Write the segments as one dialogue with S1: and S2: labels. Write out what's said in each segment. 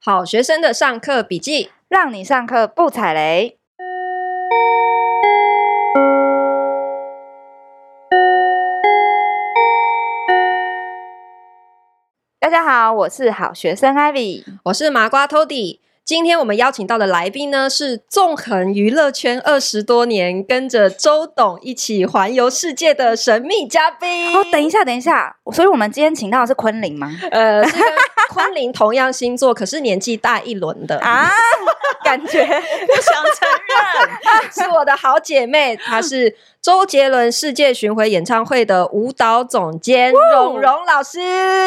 S1: 好学生的上课笔记。
S2: 让你上课不踩雷。大家好，我是好学生 Ivy。
S1: 我是麻瓜 Tody。今天我们邀请到的来宾呢，是纵横娱乐圈二十多年，跟着周董一起环游世界的神秘嘉宾。
S2: 哦，等一下，等一下，所以我们今天请到的是昆凌吗？
S1: 呃，是跟昆凌同样星座，可是年纪大一轮的
S2: 啊， 感 觉
S3: 不想承
S1: 是我的好姐妹，她是周杰伦世界巡回演唱会的舞蹈总监蓉蓉老师，
S3: 认。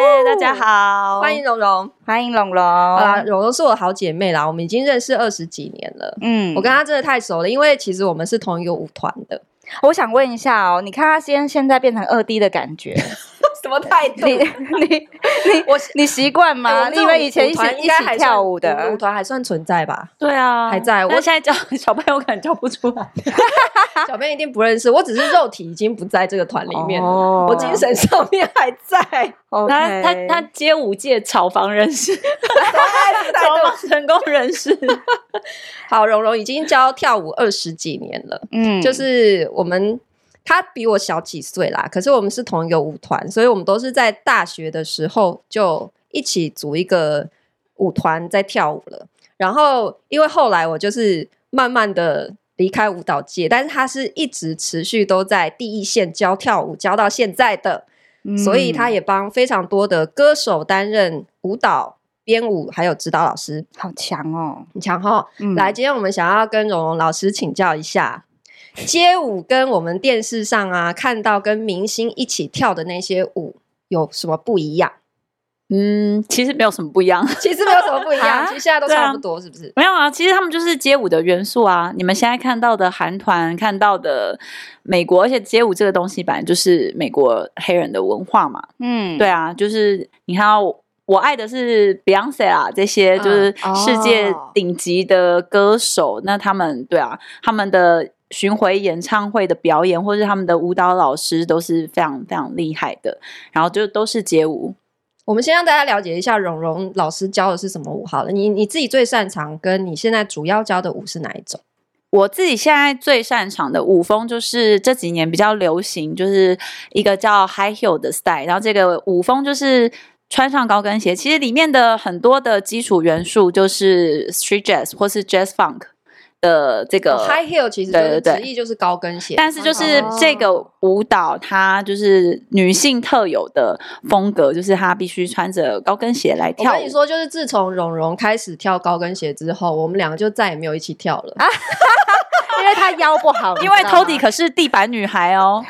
S3: 耶，大家好，
S1: 欢迎。蓉蓉。
S2: 欢迎龙龙。
S1: 好啊啦，蓉蓉是我的好姐妹啦，我们已经认识二十几年了。
S2: 嗯
S1: 我跟她真的太熟了，因为其实我们是同一个舞团的。
S2: 我想问一下哦，你看他现现在变成二 D 的感觉，
S1: 什么态度 哎
S2: 你 你你
S1: 我
S2: 你习惯吗？你以为以前一起一起跳舞
S1: 舞
S2: 的？
S1: 团还算存在吧？
S3: 对啊，
S1: 还在我
S3: 但现在叫 小朋友可能叫不出来。
S1: 小编一定不认识，我只是肉体已经不在这个团里面了，
S2: 哦
S1: 我精神上面还在。
S3: 他他他街舞界炒房人 士， 炒房 成功人士。
S1: 好，蓉蓉已经教跳舞二十几年了，
S2: 嗯
S1: 就是我们她比我小几岁啦，可是我们是同一个舞团，所以我们都是在大学的时候就一起组一个舞团在跳舞了。然后因为后来我就是慢慢的离开舞蹈界，但是她是一直持续都在第一线教跳舞，教到现在的，
S2: 嗯
S1: 所以她
S2: 也
S1: 也帮非常多的歌手担任舞蹈。编舞还有指导老师，
S2: 好强哦。
S1: 很强哈。
S2: 嗯
S1: 来，今天我们想要跟蓉蓉老师请教一下，街舞跟我们电视上啊看到跟明星一起跳的那些舞有什么不一样？
S3: 嗯，其实没有什么不一样，
S1: 其实没有什么不一样，
S2: 啊
S1: 其实现在都
S3: 对啊
S1: 差不多，是不是？
S3: 没有啊，其实他们就是街舞的元素啊。你们现在看到的韩团，看到的美国，而且街舞这个东西本来就是美国黑人的文化嘛。
S2: 嗯
S3: 对啊，就是你看到我。我爱的是 Beyonce 啦，这些就是
S1: 嗯
S3: 世界
S1: 哦
S3: 顶级的歌手。那他们对啊，他们的巡回演唱会的表演，或是他们的舞蹈老师都是非常非常厉害的。然后就都是街舞，
S1: 我们先让大家了解一下蓉蓉老师教的是什么舞好了。你你自己最擅长，跟你现在主要教的舞是哪一种？
S3: 我自己现在最擅长的舞风就是这几年比较流行，就是一个叫 high heel 的 style，然后这个舞风就是。穿上高跟鞋，其实里面的很多的基础元素就是 street jazz 或是 jazz funk 的这个、
S1: 哦 high heel 其实就
S3: 对
S1: 是
S3: 对对
S1: 直译就是高跟鞋，
S3: 但是就是
S1: 哦
S3: 这个舞蹈，它就是女性特有的风格，就是她必须穿着高跟鞋来
S1: 我
S3: 跳舞。
S1: 跟你说，就是自从蓉蓉开始跳高跟鞋之后，我们两个就再也没有一起跳了。
S2: 啊因为他腰不好，
S3: 因为 Tody
S2: 可
S3: 可是地板女 孩哦，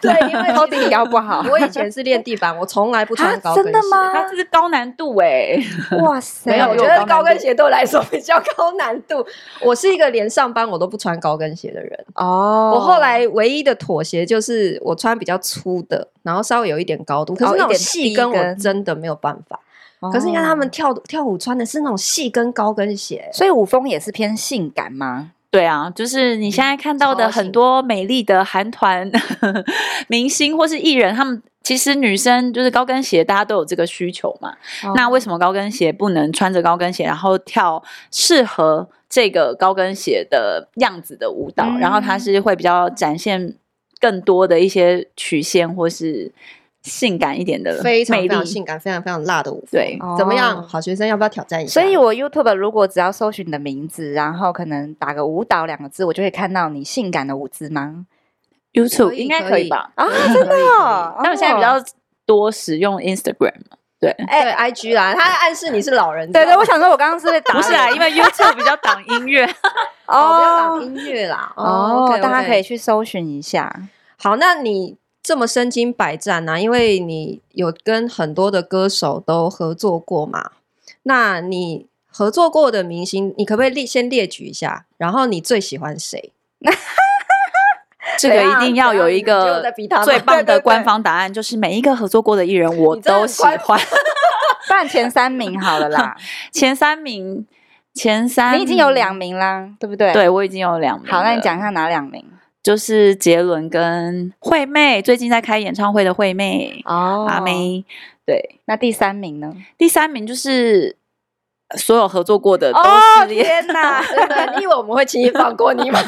S1: 对，因为。
S2: Tody 腰不好
S1: 我以前是练地板，我从来不穿
S2: 啊
S1: 高跟鞋。
S2: 真的吗
S3: 她这是高难度哎、
S2: 哇塞，
S1: 没有，我觉
S3: 有
S1: 得
S3: 高难
S1: 高跟
S3: 度
S1: 鞋对我来 说比较高难度。我是一个连上班我都不穿高跟鞋的人。
S2: 哦，
S1: 我后来唯一的妥协就是我穿比较粗的，然后稍微有一点高度。可
S2: 哦
S1: 是那
S2: 一
S1: 种
S2: 点
S1: 细
S2: 低
S1: 跟我
S2: 跟
S1: 真的没有办法。
S2: 哦，
S1: 可是你看他们跳跳舞穿的是那种细跟高跟鞋，
S2: 所以舞风也是偏性感吗？
S3: 对啊，就是你现在看到
S1: 嗯超
S3: 的
S1: 性
S3: 很多美丽的韩团 明星或是艺人，他们其实女生就是高跟鞋，大家都有这个需求嘛。
S1: 哦
S3: 那为什么高跟鞋不能穿着高跟鞋，然后跳适合这个高跟鞋的样子的舞蹈？
S2: 嗯
S3: 然后它是会比较展现更多的一些曲线或是性感一点的
S1: 非常
S3: 魅
S1: 非
S3: 力
S1: 常。性感，非常非常辣的舞风。
S3: 对
S1: 怎么样？
S2: 哦
S1: 好学生要不要挑战一下？
S2: 所以，我 YouTube 如果只要搜寻你的名字，然后可能打个舞蹈两个字，我就会看到你性感的舞姿吗？
S3: YouTube
S1: 可以
S3: 应该
S1: 可
S3: 可以
S1: 以哦
S3: 吧？
S2: 啊，真
S1: 真的哦
S2: 的？
S3: 但我现在比较多使用 Instagram 嘛对。
S1: 对 IG 啦，他暗示你是老人。
S2: 哎对对，我想说，我刚刚是被打
S3: 不是啊，
S2: 脸
S3: 因为 YouTube 比较挡音乐，
S1: 哦，不要打音乐啦。
S2: 哦，
S1: OK，OK
S2: 大家可以去搜寻一下。
S1: 好，那你这么身经百战啊，因为你有跟很多的歌手都合作过嘛，那你合作过的明星，你可不可以列先列举一下？然后你最喜欢 谁？
S3: 这个一定要有一
S1: 怎样你就在
S3: 个
S1: 逼他吗
S3: 最棒
S1: 对对
S3: 的
S1: 对
S3: 官方答案，就是每一个合作过的艺人 我
S1: 你真的
S3: 都
S1: 很
S3: 喜
S1: 官
S3: 欢。
S2: 不然前三名好了啦，
S3: 前三名，前 三名，
S2: 你已经有两名啦，对不对？。
S3: 对我已经有两名。
S2: 好，那你，讲一下哪两名？
S3: 就是杰伦跟惠妹，最近在开演唱会的惠妹、
S2: 哦
S3: 阿。妹。对，
S2: 那第三名呢？
S3: 第三名就是所有合作过的都
S2: 哦
S3: 失恋，
S2: 天 哪！
S1: 真的，你以为我们会轻易放过你 吗？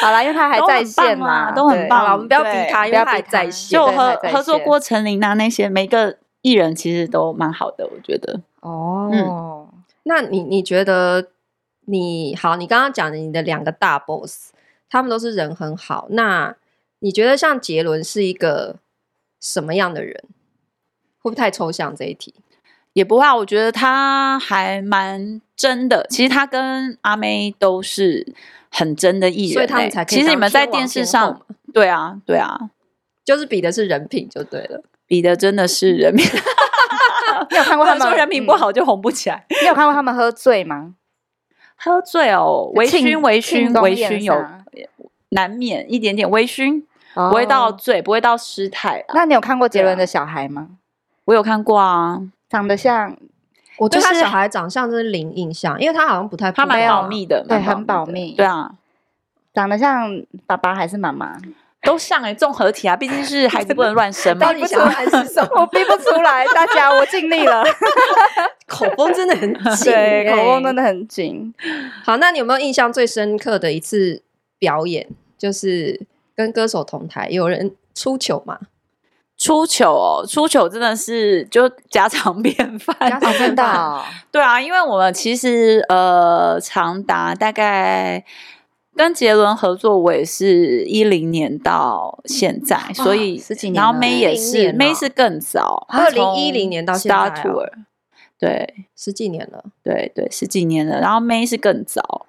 S2: 好啦，因为他还
S3: 都
S2: 在
S3: 很棒
S2: 线
S3: 啊
S2: 嘛，
S3: 都很
S2: 对
S3: 棒
S1: 好了，我们不要逼
S3: 对
S1: 他，因
S2: 不
S1: 为
S2: 要
S1: 他还
S2: 逼他
S1: 在线
S2: 对
S3: 就。
S2: 还
S3: 合
S2: 在
S3: 合作
S2: 线
S3: 过陈琳娜那些，每个艺人其实都蛮好的，我觉得。
S2: 哦。
S3: 嗯
S1: 那你你觉得你好？你刚刚讲的你的两个大 boss，他们都是人很好。那你觉得像杰伦是一个什么样的人？会不会太抽象这一题？
S3: 也不怕，我觉得他还蛮真的。其实他跟阿妹都是很真的艺人欸、
S1: 所以他们才可以
S3: 其实你
S1: 当
S3: 们在
S1: 天王
S3: 电视
S1: 天
S3: 上
S1: 后，嘛
S3: 对啊，对啊，
S1: 就是比的是人品就对了。
S3: 比的真的是 人品。
S2: 你有看过
S3: 不
S2: 他
S3: 能
S2: 们
S3: 说人品不？好就红不起来。
S2: 嗯你有看过他们喝醉吗？
S3: 喝醉哦，微
S2: 庆
S3: 醺，微
S2: 庆
S3: 醺，
S2: 功
S3: 微
S2: 宴
S3: 醺有
S2: 上
S3: 难免一点点微醺，不会到
S2: 哦。
S3: 醉，不会到失态啦。
S2: 那你有看过杰
S3: 对
S2: 伦
S3: 啊
S2: 的小孩吗？
S3: 我有看过啊，
S2: 长得像，
S1: 我对
S3: 就
S1: 他
S3: 是
S1: 小孩长相真是零印象，因为他好像不啊太
S3: 他蛮
S1: 有
S3: 保密的，
S2: 对，
S3: 蛮
S2: 很保
S3: 的
S2: 密。
S3: 对，啊，
S2: 长得像爸爸还是妈 妈？
S3: 都像哎，综合体啊，毕竟是孩子不能乱生嘛
S1: 到。底 想要暗示什
S2: 我
S1: 么？
S2: 逼不出来，大家，我尽力了。
S1: 口风真的 很紧、欸，
S2: 对，口风真的很紧。
S1: 好，那你有没有印象最深刻的一次表演？就是跟歌手同台，有人出糗嘛？
S3: 出糗哦，出糗真的是就家常便饭，
S1: 家常便
S2: 真的
S1: 饭
S2: 哦，
S3: 对啊，因为我们其实呃，长达大概跟杰伦合作，我也是一零年到现在，所以
S2: 十几年
S3: 然后
S2: 了
S3: May 也是
S1: 10年了
S3: ，May 是更早，
S1: 啊2010年到现在哦
S3: Star Tour，对
S1: 十几年了，
S3: 对对，十几年了，然后 May 是更早，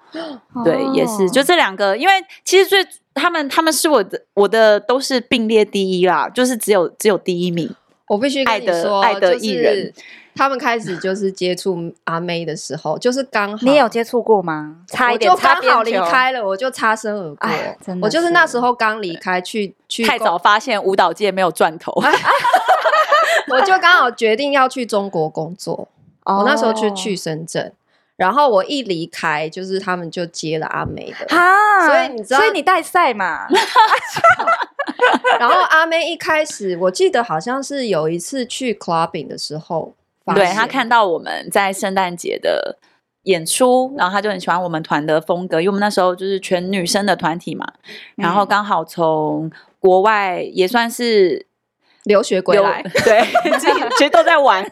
S3: 对，也是，就
S2: 哦
S3: 这两个，因为其实最他们他们是我的我的都是并列第一啦，就是只有只有第一名，
S1: 我必须跟
S3: 爱
S1: 你
S3: 的
S1: 说，
S3: 爱的艺人
S1: 就是他们开始就是接触阿妹的时候，就是刚好
S2: 你有接触过吗？差
S1: 我
S2: 一点，
S1: 就
S2: 擦
S1: 刚
S2: 边
S1: 好离
S2: 球。
S1: 开了，我就擦身而过
S2: 哎真。的
S1: 我就是
S2: 是
S1: 那时候刚离开，去去
S3: 太早发现舞蹈界没有赚头，
S1: 工， 我就刚好决定要去中国工作。我那时候去
S2: 哦
S1: 去深圳，然后我一离开，就是他们就接了阿妹的。
S2: 哈，
S1: 所以你知道
S2: 所以你带 赛嘛？
S1: 然后阿妹一开始，我记得好像是有一次去 clubbing 的时候发现，
S3: 对他看到我们在圣诞节的演出，然后他就很喜欢我们团的风格，因为我们那时候就是全女生的团体嘛，
S1: 嗯
S3: 然后刚好从国外也算是
S1: 留学归
S3: 有
S1: 来，，
S3: 对，自 己其实都在玩，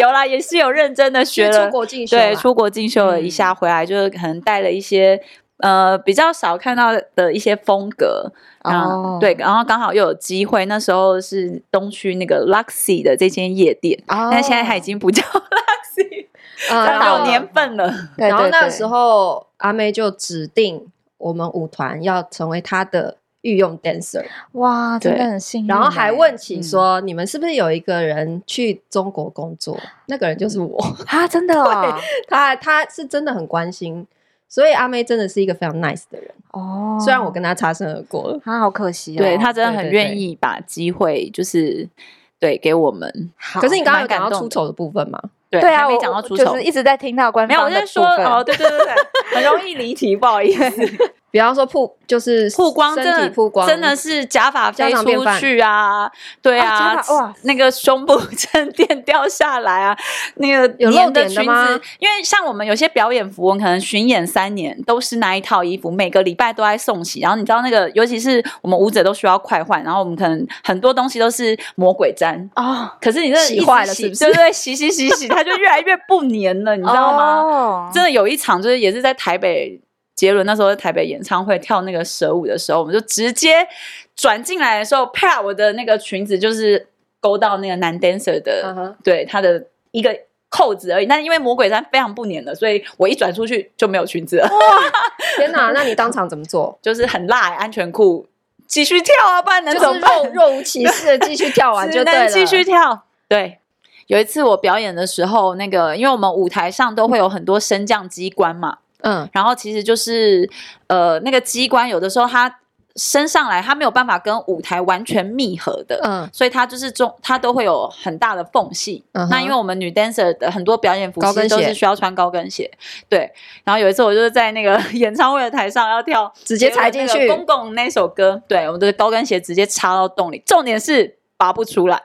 S3: 有啦，也是有认真的学
S1: 去
S3: 了
S1: 出国进修啦，嗯
S3: 对，出国进修了一下，回来就是可能带了一些呃比较少看到的一些风格，
S2: 哦
S3: 啊，对，然后刚好又有机会，那时候是东区那个 Luxy 的这间夜店，
S2: 哦
S3: 但现在它已经不叫 Luxy，
S1: 嗯
S3: 它
S1: 然
S3: 没有
S1: 后
S3: 年份了。
S2: 对，
S1: 然后
S2: 对
S1: 那
S2: 对
S1: 时候阿妹就指定我们舞团要成为她的御用 dancer，
S2: 哇，真的
S3: 对
S2: 很幸运欸。
S1: 然后还问起说、你们是不是有一个人去中国工作？那个人就是我，
S2: 啊，真的 哦，
S1: 他他是真的很关心。所以阿妹真的是一个非常 nice 的人，
S2: 哦，
S1: 虽然我跟她擦身而过了。
S2: 他好可惜哦，
S3: 对他真的
S1: 对
S3: 很
S1: 对
S3: 愿
S1: 对
S3: 意把机会就是对给我们，
S2: 好
S1: 可是你刚刚有
S3: 蛮感
S1: 讲到
S3: 动
S1: 出
S3: 的
S1: 丑的部分嘛？
S3: 对
S2: 对啊，
S3: 还没
S2: 我
S3: 讲到
S2: 我
S3: 出
S2: 就
S3: 手
S2: 是。一直在听到官
S3: 没有，我
S2: 方
S3: 就
S2: 的
S3: 是说，
S2: 部分
S3: 哦，对对对对，很容易离题，不好意思。
S1: 比方说曝就是
S3: 曝光
S1: 身
S3: 真的
S1: 体曝光，
S3: 真的是假发
S1: 家
S3: 飞
S1: 常
S3: 出
S1: 便饭
S3: 去啊，对
S2: 啊
S3: 啊
S2: 假，发哇
S3: 那个胸部衬垫掉下来啊， 那个
S1: 有
S3: 粘
S1: 露点的
S3: 裙
S1: 吗
S3: 子，因为像我们有些表演服，我们可能巡演三年都是那一套衣服，每个礼拜都在送洗，然后你知道那个，尤其是我们舞者都需要快换，然后我们可能很多东西都是魔鬼粘。
S2: 哦，
S3: 可是你这
S1: 洗
S3: 一直
S1: 坏了
S3: 洗
S1: 是不是
S3: 对对对，洗洗洗洗，它就越来越不粘了，你知
S1: 哦
S3: 道吗？
S2: 吗
S3: 真的有一场，就是也是在台北，杰伦那时候在台北演唱会跳那个蛇舞的时候，我们就直接转进来的时候，啪，我的那个裙子就是勾到那个男 dancer 的
S1: 嗯哼
S3: 对他的一个扣子而已。但因为魔鬼衫非常不粘的，所以我一转出去就没有裙子了，？
S1: 天哪！那你当场怎么做
S3: 就是很辣、安全裤继续跳啊，不然能
S1: 就
S3: 怎
S1: 是
S3: 么办？
S1: 若若无其事地继续跳 完
S3: 只
S1: 就对
S3: 能
S1: 了。
S3: 继续跳。对，有一次我表演的时候，那个因为我们舞台上都会有很多升降机关嘛，
S1: 嗯，
S3: 然后其实就是呃，那个机关有的时候它升上来，它没有办法跟舞台完全密合的。
S1: 嗯
S3: 所以它就是中，它都会有很大的缝隙。
S1: 嗯哼
S3: 那因为我们女 dancer 的很多表演服
S1: 高
S3: 其
S1: 跟
S3: 实都
S1: 鞋
S3: 是需要穿高跟鞋，对。然后有一次我就是在那个 演唱会的台上要跳，
S1: 直接踩进去
S3: 公公那首歌，对，我们的高跟鞋直接插到洞里，重点是拔不出来，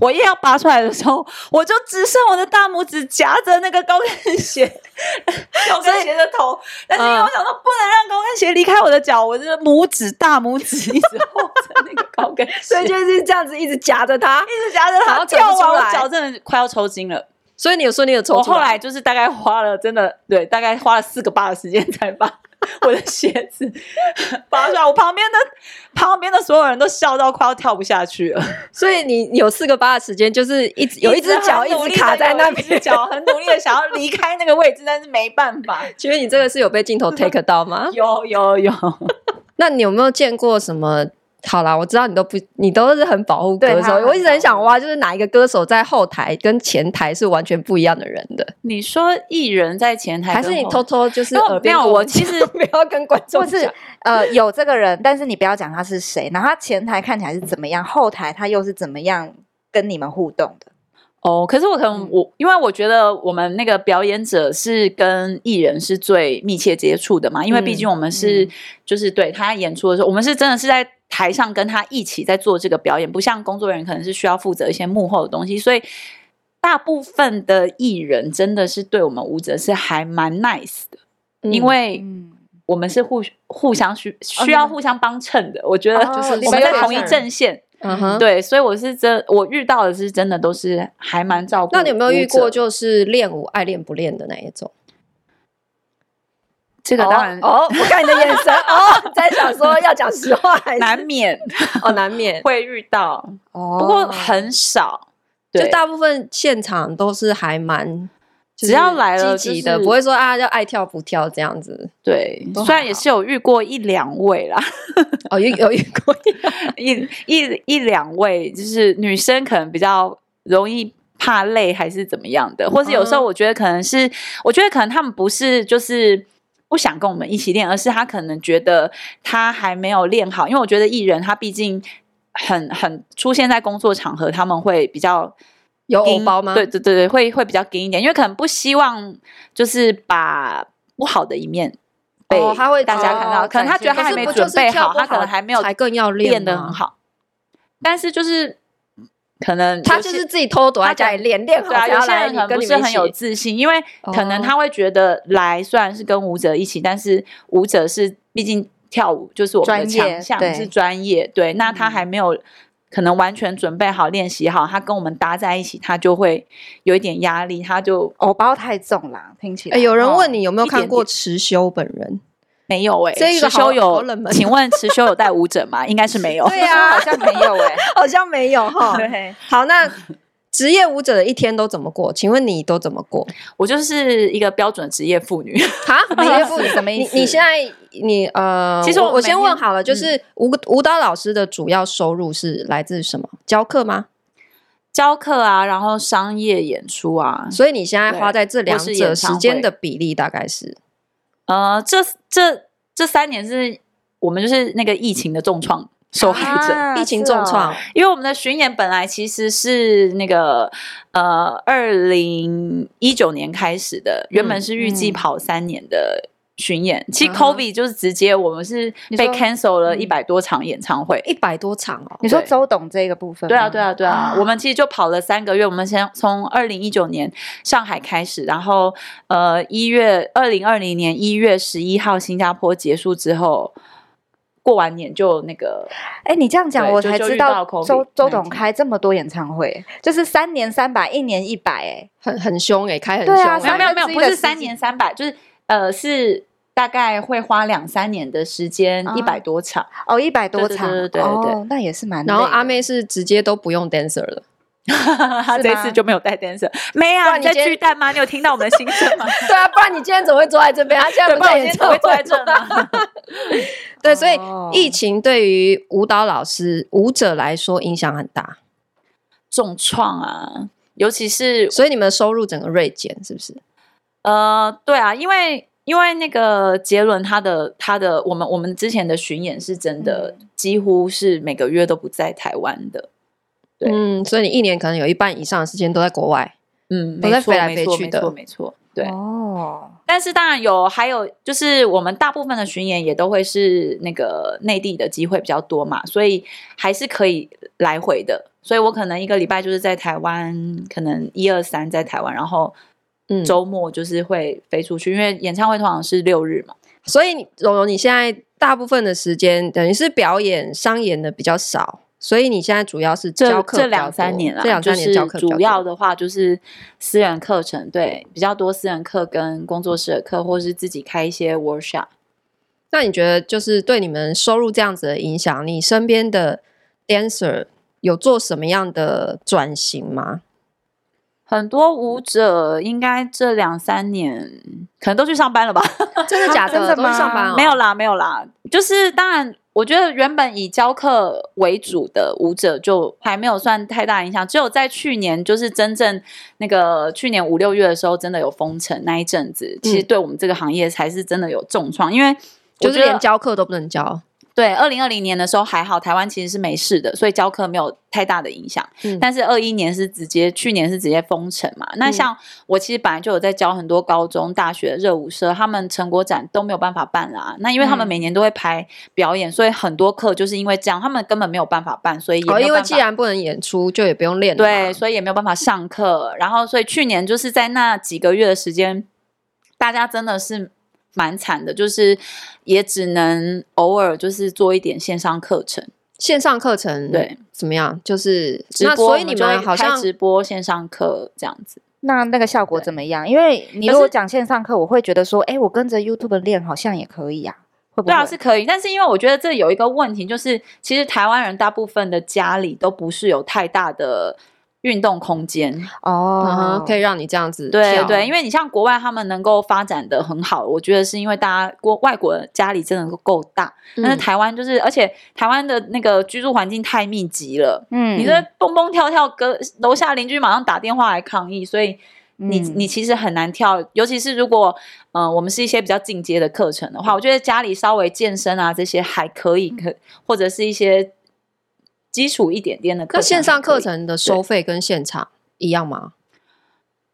S3: 我一要拔出来的时候，我就只剩我的大拇指夹着那个高跟鞋， 嗯高跟鞋的 头。但是因为我想说，不能让高跟鞋离开我的脚，我这个拇指大拇指一直 hold 着那个高 跟鞋，
S1: 所以就是这样子一直夹着它。
S3: 一直夹着
S1: 然
S3: 它
S1: 后扯不
S3: 掉完，
S1: 出
S3: 我
S1: 来
S3: 脚真的快要抽筋了。
S1: 所以你有顺利的抽
S3: 我
S1: 出
S3: 后来就是大概花了真的 对，大概花了四个八的时间才把 我的鞋子 拔出来。我旁边的旁边的所有人都笑到快要跳不下去了，
S1: 所以你有四个八的时间，就是一直 有一只脚
S3: 很努
S1: 一
S3: 力
S1: 直卡
S3: 地
S1: 在
S3: 有
S1: 那
S3: 一只
S1: 边。
S3: 脚很努力的想要离开那个位置，但是没办法。
S1: 请问你这个是有被 镜头 take 到吗？
S3: 有有有，
S1: 那你有没有见过什么？好啦，我知道你都不，你都是很保护歌
S2: 对
S1: 手
S2: 他。很
S1: 我一直很想
S2: 保护
S1: 挖，就是哪一个歌手在后台跟前台是完全不一样的人的，
S3: 你说艺人在前台
S1: 还是你偷偷就是
S3: 因为我
S1: 耳边
S3: 没有
S1: 跟
S3: 我其实
S1: 讲不要跟观众
S2: 或是
S1: 讲
S2: 呃有这个人，但是你不要讲他是谁，然后他前台看起来是怎么样，后台他又是怎么样跟你们互动的？
S3: 哦，可是我可
S2: 嗯
S3: 能我，因为我觉得我们那个表演者是跟艺人是最密切接触的嘛，因为毕
S1: 嗯
S3: 竟我们是、
S2: 嗯
S3: 就是对他演出的时候，我们是真的是在台上跟他一起在做这个表演，不像工作人员可能是需要负责一些幕后的东西，所以大部分的艺人真的是对我们舞者是还蛮 nice 的，因为
S2: 嗯，
S3: 我们是互互相需需要互相帮衬的，我觉得
S2: 哦
S1: 就是
S3: 啊我们
S1: 你们
S3: 在
S1: 有
S3: 同一
S1: 点像
S3: 阵线。
S1: 嗯哼，
S3: 对，所以我是真，我遇到的是真的都是还蛮照顾。
S1: 那你有没有遇过就是练舞爱练不练的那一种？
S3: 这个？当然
S1: 哦，我看你的眼神哦，在想说要讲实话 还
S3: 难免
S1: 哦难免，
S3: 会遇到，
S2: 哦
S3: 不过很少。
S1: 就
S3: 对，
S1: 大部分现场都是还蛮。就是
S3: 只要来了
S1: 积
S3: 就
S1: 极的，
S3: 是
S1: 不会说啊，要爱跳不跳这样子。
S3: 对
S1: 都，还
S3: 虽然也是有遇过一两位啦，
S1: 哦，有有遇 过，
S3: 一一一两位，就是女生可能比较容易怕累还是怎么样的，或是有时候
S1: 嗯
S3: 我觉得可能是，我觉得可能他们不是就是。不想跟我们一起练，而是他可能觉得他还没有练好，因为我觉得艺人他毕竟很很出现在工作场合，他们会比较
S1: 有偶
S3: 硬
S1: 包吗？
S3: 对对对对，会会比较紧一点，因为可能不希望就是把不好的一面被
S1: 哦他会
S3: 大家看到，
S1: 哦
S3: 可能他觉得他还没
S1: 可是不就
S3: 准
S1: 是
S3: 备
S1: 跳
S3: 好，
S1: 不
S3: 他可能还没有
S1: 才更要练
S3: 练
S1: 吗
S3: 得很好，但是就是可能
S1: 他
S3: 有
S1: 就
S3: 些
S1: 是自己偷偷躲在家里练，练好
S3: 对啊，
S1: 才
S3: 有
S1: 要
S3: 些
S1: 来
S3: 人
S1: 你
S3: 可能
S1: 跟
S3: 不
S1: 你
S3: 是
S1: 们一
S3: 很有
S1: 起。
S3: 自信，因为可能
S1: 哦
S3: 他会觉得来虽然是跟舞者一起，但是舞者是毕竟跳舞就是我们的
S2: 专业
S3: 强项，
S2: 对
S3: 是专业。对，那他
S2: 嗯
S3: 还没有可能完全准备好、练习好，他跟我们搭在一起，他就会有一点压力，他就哦
S2: 偶包太重啦，听起来。
S1: 哎，有人
S2: 哦
S1: 问你有没有
S3: 一点
S1: 看过池修本人？
S3: 没有哎、
S1: 这个
S3: 欸。持
S1: 好
S3: 修
S1: 好
S3: 有
S1: 冷门，
S3: 请问持修有带舞者吗？应该是没 有。
S1: 对啊
S2: 好像没有哎、
S1: 好像没有哈
S3: 对，
S1: 好， 那职业舞者的一天都怎么过？请问你都怎么过？
S3: 我就是一个标准职业妇女。
S1: 哈，
S2: 么
S1: 职业
S2: 意思
S1: 妇女
S2: 什么意思
S1: 你你现在你呃，
S3: 其实
S1: 我嗯
S3: 我
S1: 我先
S3: 每
S1: 问
S3: 天
S1: 好了，就是舞舞蹈老师的主要收入是来自什么？教课吗？
S3: 教课啊，然后商业演出啊，
S1: 所以你现在花在这两
S3: 或是演
S1: 者
S3: 唱
S1: 时
S3: 会
S1: 间的比例大概是？
S3: 呃，这这这三年是我们就是那个疫情的重创受害者，
S2: 啊
S1: 疫情重创，
S3: 因为我们的巡演本来其实是那个呃二零一九年开始的，原本是预计
S2: 嗯
S3: 跑三年的巡演，其实
S1: 啊哈
S3: COVID 就是直接我们是
S2: 你
S3: 被
S2: 说
S3: cancel 了
S2: 嗯
S3: 一百多场演唱会。
S1: 一百多场哦。
S2: 你说
S3: 对
S2: 周董这个部分吗？
S3: 对啊，对啊，对啊！
S2: 啊
S3: 我们其实就跑了三个月，我们先从二零一九年上海开始，然后呃一月二零二零年一月十一号新加坡结束之后，过完年就那个
S2: 哎，你这样讲
S3: 对
S2: 我
S3: 就
S2: 才
S3: 就
S2: 知
S3: 遇到
S2: 道周
S3: COVID-19
S2: 周董开这么多演唱会，就是三年三百，一年一百，哎，
S1: 很很凶哎，开很凶
S2: 对啊
S1: 欸，
S3: 没有没有
S2: 三分之
S3: 没有，
S2: 一
S3: 不
S2: 的
S3: 是
S2: 时
S3: 三
S2: 间
S3: 年三百，就是呃是大概会花两三年的时间
S2: 啊，
S3: 一百多场。
S2: 哦，一百多
S3: 对对
S2: 场，
S3: 对对对
S2: 哦，那也是蛮累的。
S1: 然后阿妹是直接都不用 dancer 了，
S3: 他
S2: 是
S3: 这
S2: 吗
S3: 次就没有带 dancer，没
S1: 不
S3: 啊？
S1: 然
S3: 你
S1: 你
S3: 在
S1: 今天
S3: 巨蛋吗？你有听到我们的心声 吗？
S1: 对啊，不然你今天怎么会坐在这边？他现在
S3: 对，
S1: 不
S3: 不然
S1: 在
S3: 我今
S1: 演
S3: 天怎
S1: 唱
S3: 么
S1: 会
S3: 会坐在这呢？
S1: 对，所以
S2: 哦
S1: 疫情对于舞蹈老师、舞者来说影响很大，
S3: 重创啊！尤其是
S1: 所以你们的收入整个锐减，是不是？
S3: 呃，对啊，因为因为那个杰伦他的他的我们我们之前的巡演是真的、
S1: 嗯
S3: 几乎是每个月都不在台湾的，对
S1: 嗯，所以你一年可能有一半以上的时间都在国外。
S3: 嗯，
S1: 都
S3: 没
S1: 在
S3: 错
S1: 飞来
S3: 没
S1: 飞
S3: 错
S1: 去
S3: 没
S1: 的
S3: 错没错，对。
S2: 哦，
S3: 但是当然有，还有就是我们大部分的巡演也都会是那个内地的机会比较多嘛，所以还是可以来回的。所以我可能一个礼拜就是在台湾，可能一二三在台湾，然后
S1: 嗯
S3: 周末就是会飞出去，因为演唱会通常是六日嘛。
S1: 所以你蓉蓉，你现在大部分的时间等于是表演、商演的比较少，所以你现在主要是
S3: 这
S1: 教课
S3: 这
S1: 比较
S3: 两三
S1: 多
S3: 年啦，
S1: 这两三年教课比
S3: 就是
S1: 较
S3: 主
S1: 多
S3: 要的话就是私人课程，对，比较多私人课跟工作室的课，或是自己开一些 workshop。
S1: 那你觉得就是对你们收入这样子的影响，你身边的 dancer 有做什么样的转型吗？
S3: 很多舞者应该这两三年可能都去上班了吧？
S1: 真的假的？
S2: 真的
S1: 都去
S2: 吗
S1: 上班、哦、
S3: 没有啦，没有啦，就是当然，我觉得原本以教课为主的舞者就还没有算太大影响，只有在去年就是真正那个去年五六月的时候，真的有封城那一阵子，其实对我们这个行业才是真的有重创，因为我
S1: 嗯就是
S3: 觉得
S1: 连教课都不能教。
S3: 对，二零二零年的时候还好，台湾其实是没事的，所以教课没有太大的影响。
S1: 嗯
S3: 但是二一年是直接，去年是直接封城嘛。那
S1: 嗯
S3: 像我其实本来就有在教很多高中、大学的热舞社，他们成果展都没有办法办啦、那因为他们
S2: 嗯
S3: 每年都会排表演，所以很多课就是因为这样，他们根本没有办法办，所以也
S1: 哦，
S3: 没有
S1: 因为
S3: 办
S1: 既
S3: 法
S1: 然不能演出，就也不用练了
S3: 对，
S1: 嘛。
S3: 所以也没有办法上课。然后，所以去年就是在那几个月的时间，大家真的是蛮惨的，就是也只能偶尔就是做一点线上课程，
S1: 线上课程
S3: 对
S1: 怎么样？就是
S3: 直
S1: 那
S3: 播，
S1: 所以
S3: 我
S1: 你
S3: 就会
S1: 们好
S3: 开
S1: 像
S3: 直播线上课这样子。
S2: 那那个效果
S3: 对
S2: 怎么样？因为你
S3: 可
S2: 如果
S3: 是
S2: 讲线上课，我会觉得说，哎，我跟着 YouTube 练好像也可以啊，会不会？
S3: 对啊，是可以，但是因为我觉得这有一个问题，就是其实台湾人大部分的家里都不是有太大的运动空间。
S1: 嗯
S2: 哦
S1: 哼，可以让你这样子
S3: 对
S1: 跳
S3: 对，因为你像国外，他们能够发展的很好，我觉得是因为大家国外国人家里真的够大，但是
S1: 嗯
S3: 台湾就是，而且台湾的那个居住环境太密集了，
S2: 嗯
S3: 你这蹦蹦跳跳，隔楼下邻居马上打电话来抗议，所以你、
S2: 嗯
S3: 你其实很难跳，尤其是如果嗯、呃我们是一些比较进阶的课程的
S1: 嗯
S3: 话，我觉得家里稍微健身啊这些还可以，可或者是一些基础一点点的课程
S1: 那线上课
S3: 还可以。
S1: 程的收费跟现场一样
S3: 哦
S1: 吗？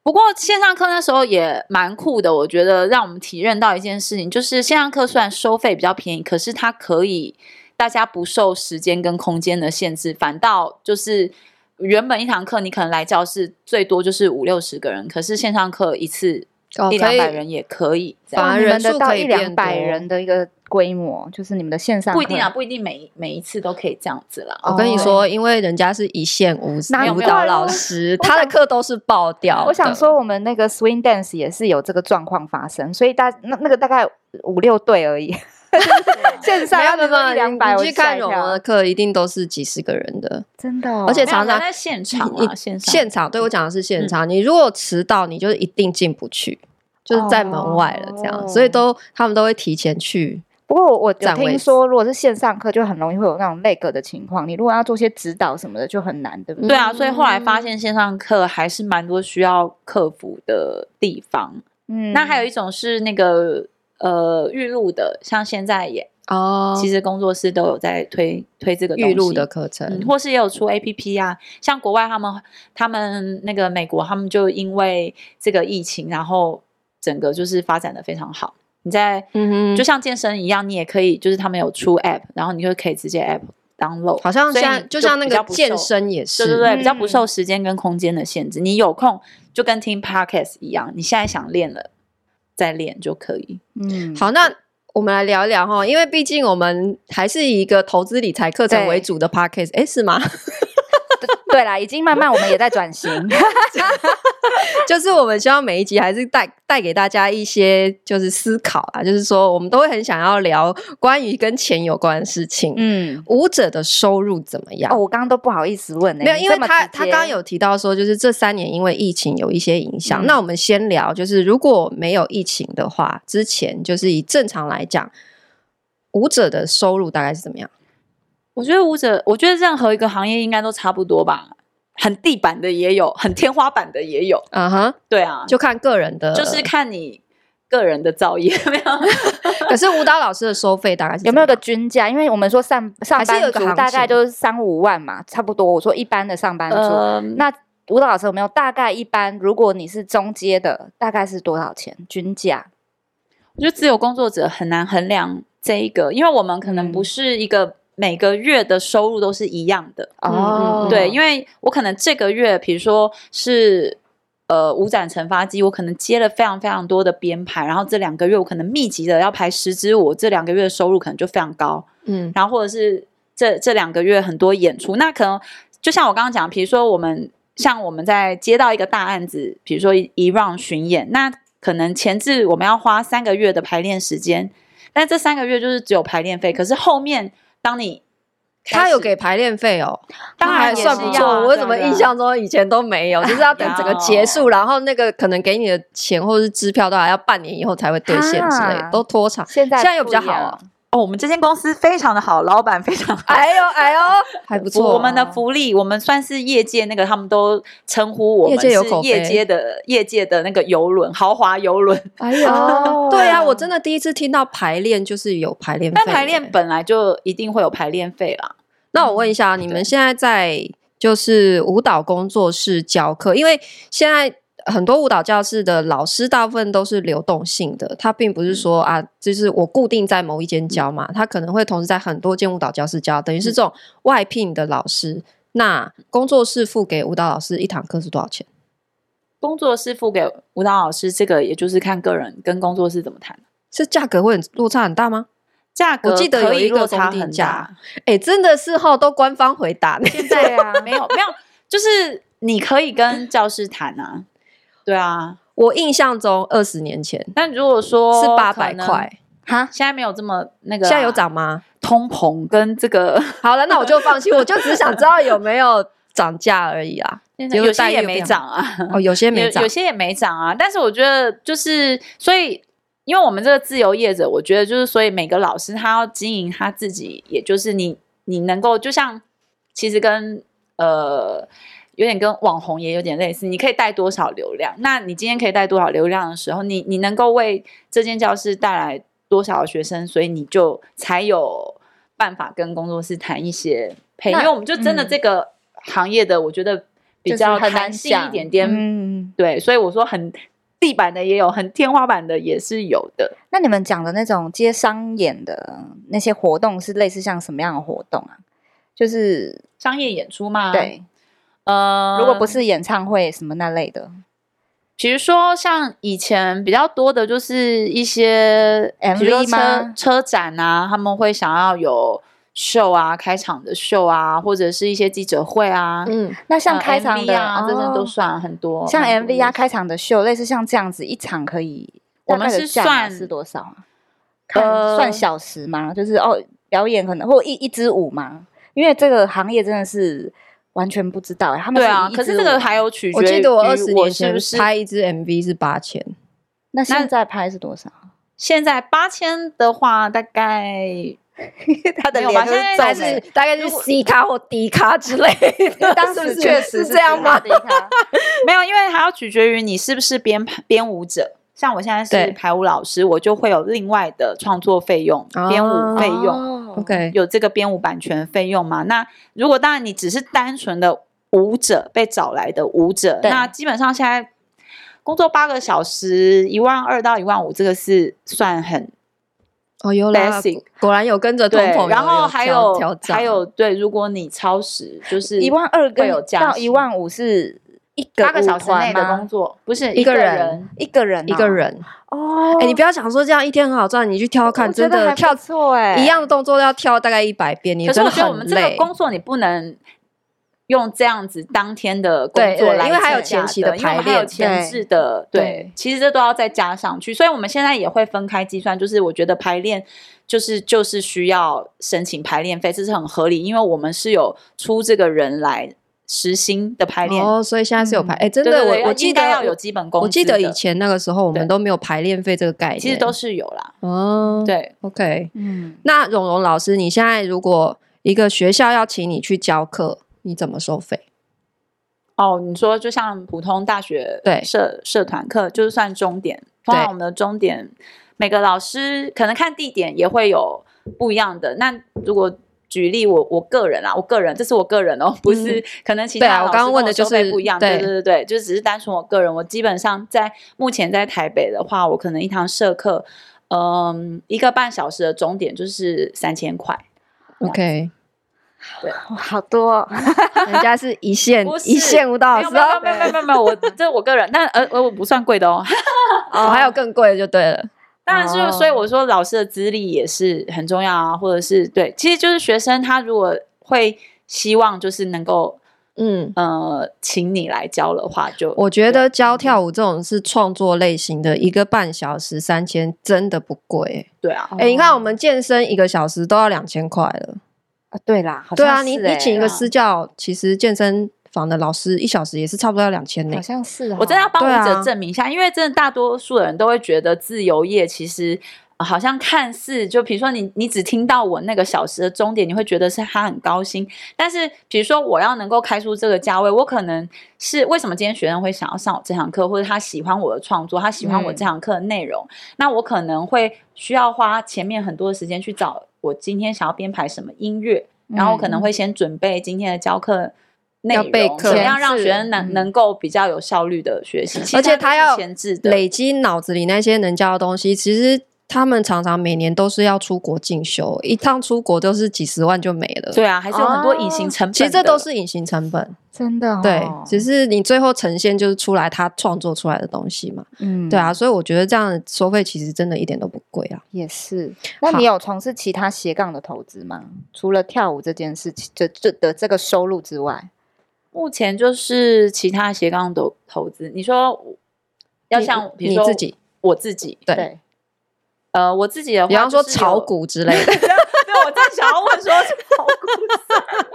S3: 不过线上课那时候也蛮酷的，我觉得让我们体认到一件事情，就是线上课虽然收费比较便宜，可是它可以大家不受时间跟空间的限制，反倒就是原本一堂课你可能来教室最多就是五六十个人，可是线上课一次
S1: 哦，
S3: 一
S1: 可
S3: 两
S1: 以
S3: 百人也可以，这
S1: 反而
S3: 样
S2: 哇你们
S1: 人
S2: 的
S1: 数
S2: 到
S1: 可以
S2: 一
S1: 变
S2: 两
S1: 多
S2: 百人的一个规模，就是你们的线上哦
S3: 不一定啊，
S2: 课，
S3: 不一定每每一次都可以这样子啦。
S1: 我跟你说，因为人家是一线舞
S2: 难
S1: 舞
S3: 怪
S1: 蹈
S2: 哦
S1: 老师，
S2: 我
S1: 他的
S2: 想
S1: 课都是爆掉。
S2: 我想，说，我们那个 swing dance 也是有这个状况发生，所以大那那个大概五六队而已。 线上
S1: 没
S2: 要
S1: 有
S2: 不
S1: 没
S2: 一
S1: 有，
S2: 两
S1: 你
S2: 百，
S1: 你
S2: 我
S1: 去
S2: 吓
S1: 看
S2: 一
S1: 蓉蓉
S2: 跳
S1: 的课，一定都是几十个人的。
S2: 真的哦、
S1: 而且
S3: 没有
S1: 常常
S3: 在现场
S1: 你
S3: 啊，线上
S1: 现场，嗯对我讲的是现场。你如果迟到，你就一定进不去，就是在门外了这样。
S2: 哦
S1: 所以都他们都会提前去。
S2: 不过我我有
S1: 占位
S2: 听说，如果是线上课，就很容易会有那种累个的情况。你如果要做些指导什么的，就很难，对不对？
S3: 对啊，所以后来发现线上课还是蛮多需要克服的地方。
S2: 嗯
S3: 那还有一种是那个呃预录的，像现在也、
S1: 哦
S3: 其实工作室都有在推推这个东西
S1: 预录的。课程，
S3: 嗯，或是也有出 A P P 啊，像国外他们他们那个美国，他们就因为这个疫情，然后整个就是发展的非常好。你在、
S1: 嗯哼
S3: 就像健身一样，你也可以，就是他们有出 App，然后你就可以直接 App download，
S1: 好像
S3: 所以
S1: 像
S3: 你
S1: 就像那
S3: 比较
S1: 个
S3: 不受
S1: 健身也是，
S3: 对对对，比较不
S2: 嗯
S3: 受时间跟空间的限制。你有空就跟听 podcast 一样，你现在想练了再练就可以。
S2: 嗯，
S1: 好，那我们来聊一聊哈，因为毕竟我们还是以一个投资理财课程
S2: 对
S1: 为主的 podcast，哎，是吗？
S2: 对啦，已经慢慢我们也在转 型。
S1: 就是我们希望每一集还是带带给大家一些就是思考啊，就是说我们都会很想要聊关于跟钱有关的事情。
S2: 嗯，
S1: 舞者的收入怎么样？
S2: 哦，我刚刚都不好意思问呢、
S1: 没有，
S2: 你
S1: 因
S2: 这
S1: 为
S2: 么
S1: 他
S2: 直
S1: 他
S2: 接
S1: 刚刚有提到说，就是这三年因为疫情有一些影响。
S2: 嗯
S1: 那我们先聊，就是如果没有疫情的话，之前就是以正常来讲，舞者的收入大概是怎么样？
S3: 我觉得舞者，我觉得任何一个行业应该都差不多吧，很地板的也有，很天花板的也有。
S1: 嗯哼，
S3: 对啊，
S1: 就看个人的，
S3: 就是看你个人的造诣 没有。
S1: 可是舞蹈老师的收费大概是
S2: 有没有
S1: 怎么
S2: 个
S1: 样
S2: 均价？因为我们说上上
S1: 还是有
S2: 班
S1: 一个
S2: 族
S1: 行
S2: 大概
S1: 情
S2: 就是三五万嘛，差不多。我说一般的上班族，
S3: 呃，
S2: 那舞蹈老师有没有大概一般？如果你是中阶的，大概是多少钱均价？
S3: 我觉得自由工作者很难衡量这一个，因为我们可能不
S2: 嗯
S3: 是一个每个月的收入都是一样的。
S1: 嗯嗯
S3: 对，
S2: 为
S3: 因为我可能这个月，比如说是呃五展惩罚机，我可能接了非常非常多的编排，然后这两个月我可能密集的要排十支舞，我这两个月的收入可能就非常高。
S1: 嗯
S3: 然后或者是这这两个月很多演出，那可能就像我刚刚讲，比如说我们像我们在接到一个大案子，比如说一一 round 巡演，那可能前置我们要花三个月的排练时间，但这三个月就是只有排练费，可是后面当你开
S1: 他有
S3: 始
S1: 给排练费哦，
S3: 当然
S1: 还
S3: 也是
S1: 算不
S3: 要啊
S1: 错。我怎么
S3: 对啊
S1: 印象中以前都没有，就是要等 整个结束，然后那个可能给你的钱或者是支票都还要半年以后才会兑现之类的
S2: 啊，
S1: 都拖长。
S2: 现在
S1: 现在有比较
S2: 不一样
S1: 好啊，
S3: 哦，我们这间公司非常的好，老板非常好。
S1: 哎呦哎呦，还 不错。
S3: 我们的福利，我们算是业界那个，他们都称呼我们
S1: 业界有
S3: 是
S1: 口碑
S3: 业界的业界的那个游轮，豪华游轮。
S1: 哎呦
S2: 哦，
S1: 对啊，我真的第一次听到排练就是有排练费欸
S3: 但
S1: 耶，
S3: 排练本来就一定会有排练费啦。
S1: 那我问一下，你们现在在就是舞蹈工作室教课，因为现在很多舞蹈教室的老师大部分都是流动性的，他并不是说啊，就是我固定在某一间教嘛，他可能会同时在很多间舞蹈教室教，等于是这种外聘的老师。那工作室付给舞蹈老师一堂课是多少钱？
S3: 工作室付给舞蹈老师，这个也就是看个人跟工作室怎么谈，
S1: 是价格会很落差很大吗？
S3: 价格
S1: 我记得有
S3: 可以
S1: 一个
S3: 落差
S1: 公定
S3: 很
S1: 价
S3: 大。
S1: 哎、真的是哈，都官方回答呢。
S2: 现在啊，
S3: 没有没有，就是你可以跟教师谈 啊，对啊。
S1: 我印象中二十年前
S3: 但如果说
S1: 是八
S3: 可
S1: 百
S3: 能，
S1: 块，
S2: 哈，
S3: 现在没有这么那个啦，
S1: 现在有涨吗？
S3: 通膨跟这个，
S1: 好了，那我就放弃，我就只想知道有没有涨价而已啊。结果
S3: 有
S1: 待
S3: 些
S1: 遇
S3: 也
S1: 有
S3: 没
S1: 变
S3: 涨啊。
S1: 哦，有些
S3: 有
S1: 没涨
S3: 有，些也没涨啊。但是我觉得就是，所以因为我们这个自由业者，我觉得就是，所以每个老师他要经营他自己，也就是你你能够就像其实跟呃。有点跟网红也有点类似，你可以带多少流量？那你今天可以带多少流量的时候，你你能够为这间教室带来多少学生，所以你就才有办法跟工作室谈一些配。因
S2: 那
S3: 为我们就真的
S2: 嗯
S3: 这个行业的，我觉得比
S2: 就是
S3: 较
S2: 很
S3: 弹
S2: 难
S3: 性一
S2: 想
S3: 点点，
S2: 嗯，
S3: 对，所以我说很地板的也有，很天花板的也是有的。
S2: 那你们讲的那种接商演的那些活动，是类似像什么样的活动啊？就是、
S3: 商业演出嘛，，
S2: 对，
S3: 呃，
S2: 如果不，是演唱会什么那类的
S3: 比如说像以前比较多的就是一些，
S2: MV
S3: 比如说车
S2: 吗
S3: 车展啊，他们会想要有秀啊，开场的秀啊，或者是一些记者会啊，
S1: 嗯，
S2: 那像
S3: 呃
S2: 开场
S3: MV
S2: 的、
S3: 啊，这些
S2: 哦
S3: 都算很多，
S2: 像
S3: 蛮多
S2: MV 啊，
S3: 的
S2: 开场的秀，类似像这样子，一场可以，
S3: 我
S2: 大概
S3: 们
S2: 的
S3: 是
S2: 价码
S3: 算
S2: 是多少啊？看
S3: 呃
S2: 算小时吗？就是哦，表演可能或一一支舞吗？因为这个行业真的是完全不知道、欸，他们
S3: 对
S2: 以
S3: 啊，
S2: 一
S3: 可是
S2: 支
S3: 这
S2: 舞
S3: 个
S2: 吗
S3: 还有取决
S1: 我记得我
S3: 于
S1: 二十年
S3: 是
S1: 前
S3: 不是
S1: 拍一支 MV 是八千，
S2: 那
S3: 那
S2: 现在拍是多少？
S3: 现在八千的话，大概
S2: 他
S3: 没有吧现在
S1: 还
S3: 还
S1: 是大概是 C 咖或 D 咖之类
S2: 因
S1: 的
S2: 为。当
S1: 是不
S2: 时
S1: 是
S2: 确实
S1: 是这样吗？
S2: 是这样 的
S3: 没有，因为还要取决于你是不是编排编舞者。像我现在
S1: 对
S3: 是排舞老师，我就会有另外的创作费用、
S1: 哦
S3: 编舞费
S2: 一
S3: 用，
S2: 套
S1: OK，
S3: 有这个编舞版权费用嘛？那如果当然你只是单纯的舞者被找来的舞者，
S2: 对
S3: 那基本上现在工作八个小时，一万二到一万五，这个是算很
S1: 哦，有啦
S3: basic，
S1: 果然有跟着通
S3: 对
S1: 膨，。
S3: 然后还
S1: 有
S3: 有
S1: 调涨
S3: 还有对，如果你超时，就是
S2: 一万二跟
S3: 会有加
S2: 到
S3: 薪
S2: 一万五是一个
S3: 八个小时
S2: 舞团
S3: 内的
S2: 吗
S3: 工作，不是
S1: 一
S3: 个
S1: 个人
S3: 人
S2: 一个人
S1: 一
S2: 哦
S1: 个人，
S2: 哦，
S1: 哎，你不要想说这样一天很好赚，你去跳看，
S2: 我觉
S1: 真
S2: 得还
S1: 的
S2: 不
S1: 跳
S2: 错哎，
S1: 一样的动作要跳大概一百遍，你
S3: 可是
S1: 真
S3: 我
S1: 的
S3: 觉得我
S1: 很
S3: 们这个
S1: 累。
S3: 工作你不能用这样子当天的工
S1: 对
S3: 作
S1: 对
S3: 来
S1: 因为还有
S3: 计价
S1: 前期
S3: 的
S1: 的排
S3: 因为我们还有
S1: 练
S3: 前置的
S1: 对
S3: 对
S1: 对
S3: 其实这都要再加上去。所以我们现在也会分开计算，就是我觉得排练就是就是需要申请排练费，这是很合理，因为我们是有出这个人来实薪的排练。
S1: 哦，所以现在是有排，哎，真
S3: 对
S1: 的，
S3: 对对
S1: 我我
S3: 应
S1: 记得
S3: 该要有基本工资
S1: 我记得以
S3: 的
S1: 前那个时候，我们
S3: 对
S1: 都没有排练费这个概念，
S3: 其实都是有啦，
S1: 哦，
S3: 对，
S1: ，OK。
S2: 嗯，
S1: 那蓉蓉老师，你现在如果一个学校要请你去教课，你怎么收费？
S3: 哦，你说就像普通大学
S1: 对
S3: 社社团课，就是算终点。通常
S1: 对
S3: 我们的终点，每个老师可能看地点也会有不一样的。那如果举例我我个人啊，我个人这是我个人哦，不是、可能其
S1: 对啊
S3: 他
S1: 我
S3: 老师
S1: 刚刚
S3: 跟
S1: 问的就
S3: 收费
S1: 是
S3: 不一样，
S1: 对
S3: 对对对对，就只是单纯我个人，我基本上在目前在台北的话，我可能一堂社课，嗯，一个半小时的终点就是三千块。
S1: OK，
S2: 哇好多、哦，
S1: 人家是一线
S3: 不
S1: 一
S3: 是
S1: 线舞蹈
S3: 没
S1: 老
S3: 有
S1: 师
S3: 没有
S1: 哦，
S3: 没有没有没有没 有，我这我个人，但呃我我不算贵的哦。
S1: 哦，还有更贵的就对了。
S3: 当然是，
S2: 哦
S3: 所以我说老师的资历也是很重要啊，或者是对，其实就是学生他如果会希望就是能够
S1: 嗯，
S3: 呃，请你来教的话就，
S1: 我觉得教跳舞这种是创作类型的，一个半小时三千真的不贵、
S3: 对啊，
S1: 欸。哎、你看我们健身一个小时都要两千块了。
S2: 啊对啦，好
S1: 对啊，
S2: 像
S1: 你
S2: 是
S1: 你
S2: 欸
S1: 请一
S3: 对
S1: 个
S3: 啊
S1: 私教，其实健身房的老师一小时也是差不多要两千呢
S2: 好。像是哦，
S3: 我真的要帮
S1: 对啊
S3: 舞者证明一下，因为真的大多数人都会觉得自由业其实。呃好像看似就比如说你，你只听到我那个小时的终点，你会觉得是他很高薪。但是比如说我要能够开出这个价位，我可能是为什么今天学生会想要上我这堂课，或者他喜欢我的创作，他喜欢我
S2: 嗯
S3: 这堂课的内容，那我可能会需要花前面很多的时间去找我今天想要编排什么音乐，然后我可
S2: 嗯
S3: 能会先准备今天的教课内
S1: 嗯要
S3: 容，
S1: 备课
S3: 怎么样让
S2: 前
S3: 学
S2: 置
S3: 生能
S2: 嗯
S3: 能够比较有效率的学习，其
S1: 而且
S3: 实
S1: 他
S3: 它
S1: 要
S3: 都是前置的。
S1: 累积脑子里那些能教的东西，其实他们常常每年都是要出国进修，一趟出国都是几十万就没了。
S3: 对啊，还是有很多隐形成本的、
S1: 哦其实这都是隐形成本，
S2: 真的、哦、
S1: 对，只是你最后呈现就是出来他创作出来的东西嘛，
S2: 嗯
S1: 对啊，所以我觉得这样的收费其实真的一点都不贵啊。
S2: 也是。那
S1: 好
S2: 你有从事其他斜杠的投资吗？除了跳舞这件事情，这这的这个收入之外，
S3: 目前就是其他斜杠投投资。你说我要
S1: 你
S3: 像比如
S1: 你
S3: 说
S1: 自己，
S3: 我自己，
S1: 对
S2: 对，
S3: 呃，我自己的话，
S1: 比方说炒，股之类的，
S3: 对，我正想要问说炒股，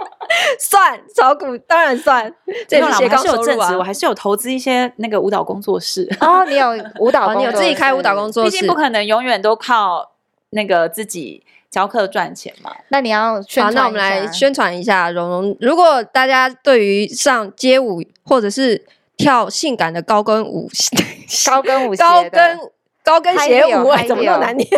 S1: 算炒股当然算， 这
S3: 没
S1: 也是
S3: 有啦，
S1: 斜
S3: 我还
S1: 杠
S3: 是有
S1: 收
S3: 正
S1: 入
S3: 职，我
S1: 啊。
S3: 还是有投资一些那个舞蹈工作室，
S2: 哦，你有舞蹈
S1: 哦，
S2: 工作室，
S1: 你有自己开舞蹈工作
S3: 毕
S1: 室
S3: 竟不，可能永远都靠那个自己教课赚钱嘛。
S2: 那你要宣
S1: 好，
S2: 传一下，
S1: 那我们来宣传一下蓉蓉。如果大家对于上街舞或者是跳性感的高跟舞、
S2: 高跟舞鞋
S1: 高
S2: 的
S1: 跟高跟鞋舞，
S2: High heel，
S1: 哎怎么那么难念？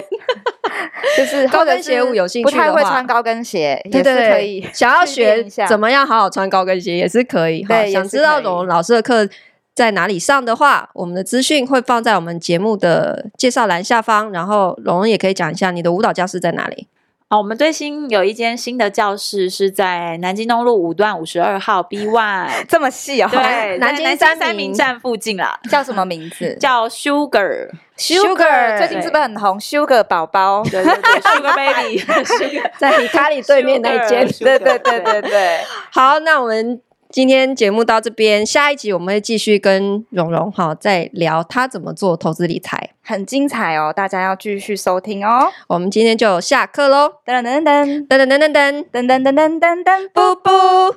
S2: 就是
S1: 高
S2: 或者
S1: 跟鞋
S2: 是
S1: 舞有兴
S2: 不
S1: 趣
S2: 太
S1: 的
S2: 会
S1: 话
S2: 穿高跟鞋，
S1: 对对
S2: 也是可
S1: 对
S2: 以，
S1: 想要
S2: 训练
S1: 学
S2: 一下
S1: 怎么样好好穿高跟鞋也是可以。哈
S2: 对也
S1: 想
S2: 是
S1: 知道
S2: 可以
S1: 蓉蓉老师的课在哪里上的话，我们的资讯会放在我们节目的介绍栏下方，然后蓉蓉也可以讲一下你的舞蹈教室在哪里。
S3: 哦，我们最新有一间新的教室是在南京东路五段五十二号 B One，
S2: 这么细哦。
S3: 对，在
S1: 南
S3: 南
S1: 京
S3: 京
S1: 三
S3: 三
S1: 明
S3: 明站附近啦，
S2: 叫什么名 字？
S3: 叫 Sugar，
S1: Sugar
S2: 最近是不是很红？Sugar 宝宝，
S3: 对对对，Sugar Baby，Sugar
S1: 在皮卡里对面那一 间。
S3: Sugar，
S2: 对对对对对，
S1: 好，那我们今天节目到这边，下一集我们会继续跟蓉蓉哈再聊她怎么做投资理财。
S2: 很精彩哦，大家要继续收听哦。
S1: 我们今天就下课喽，
S2: 噔噔噔
S1: 噔噔噔噔噔，
S2: 噔噔噔噔噔噔，
S1: 布布，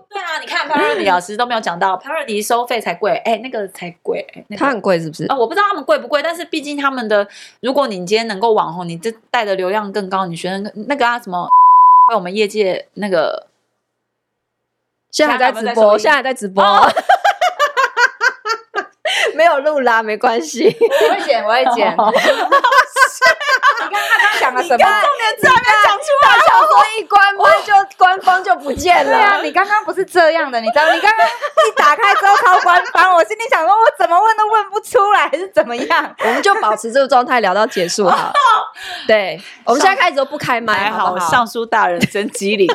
S3: 对啊，你看 Parody 老师都没有讲到，Parody 收费才贵，哎，那个才贵，哎那
S1: 它
S3: 个。
S1: 很贵是不是？
S3: 啊、我不知道他们贵不贵，但是毕竟他们的，如果你今天能够网红，你这带的流量更高，你学生那个啊什么， 为我们业界那个
S1: 现在还在直播，现在还在直播，哦没有录啦，没关系。
S2: 我会剪，我会剪。他讲了什么？
S1: 这还没讲出来，哦小说一关播就官方就不见
S2: 对啊，
S1: 了。
S2: 你刚刚不是这样的，你知道？你刚刚一打开之后超官方，我心里想说，我怎么问都问不出来，还是怎么样？
S1: 我们就保持这个状态聊到结束哈。对，我们现在开始都不开麦，
S3: 还
S1: 哦好
S3: 好，
S1: 不好
S3: 尚书大人真机灵。